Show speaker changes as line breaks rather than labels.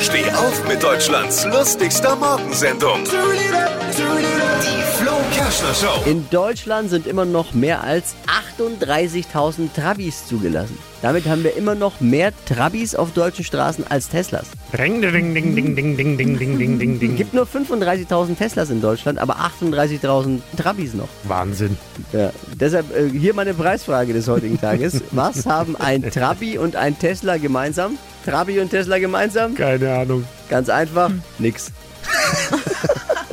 Steh auf mit Deutschlands lustigster Morgensendung. Die Flo Kerschner Show.
In Deutschland sind immer noch mehr als 38.000 Trabis zugelassen. Damit haben wir immer noch mehr Trabis auf deutschen Straßen als Teslas.
Ring, ding, ding, ding, ding, ding, ding, ding, ding, ding, ding.
Gibt nur 35.000 Teslas in Deutschland, aber 38.000 Trabis noch.
Wahnsinn.
Ja. Deshalb äh, hier meine Preisfrage des heutigen Tages. Was haben ein Trabi und ein Tesla gemeinsam? Trabi und Tesla gemeinsam?
Keine Ahnung.
Ganz einfach, nix.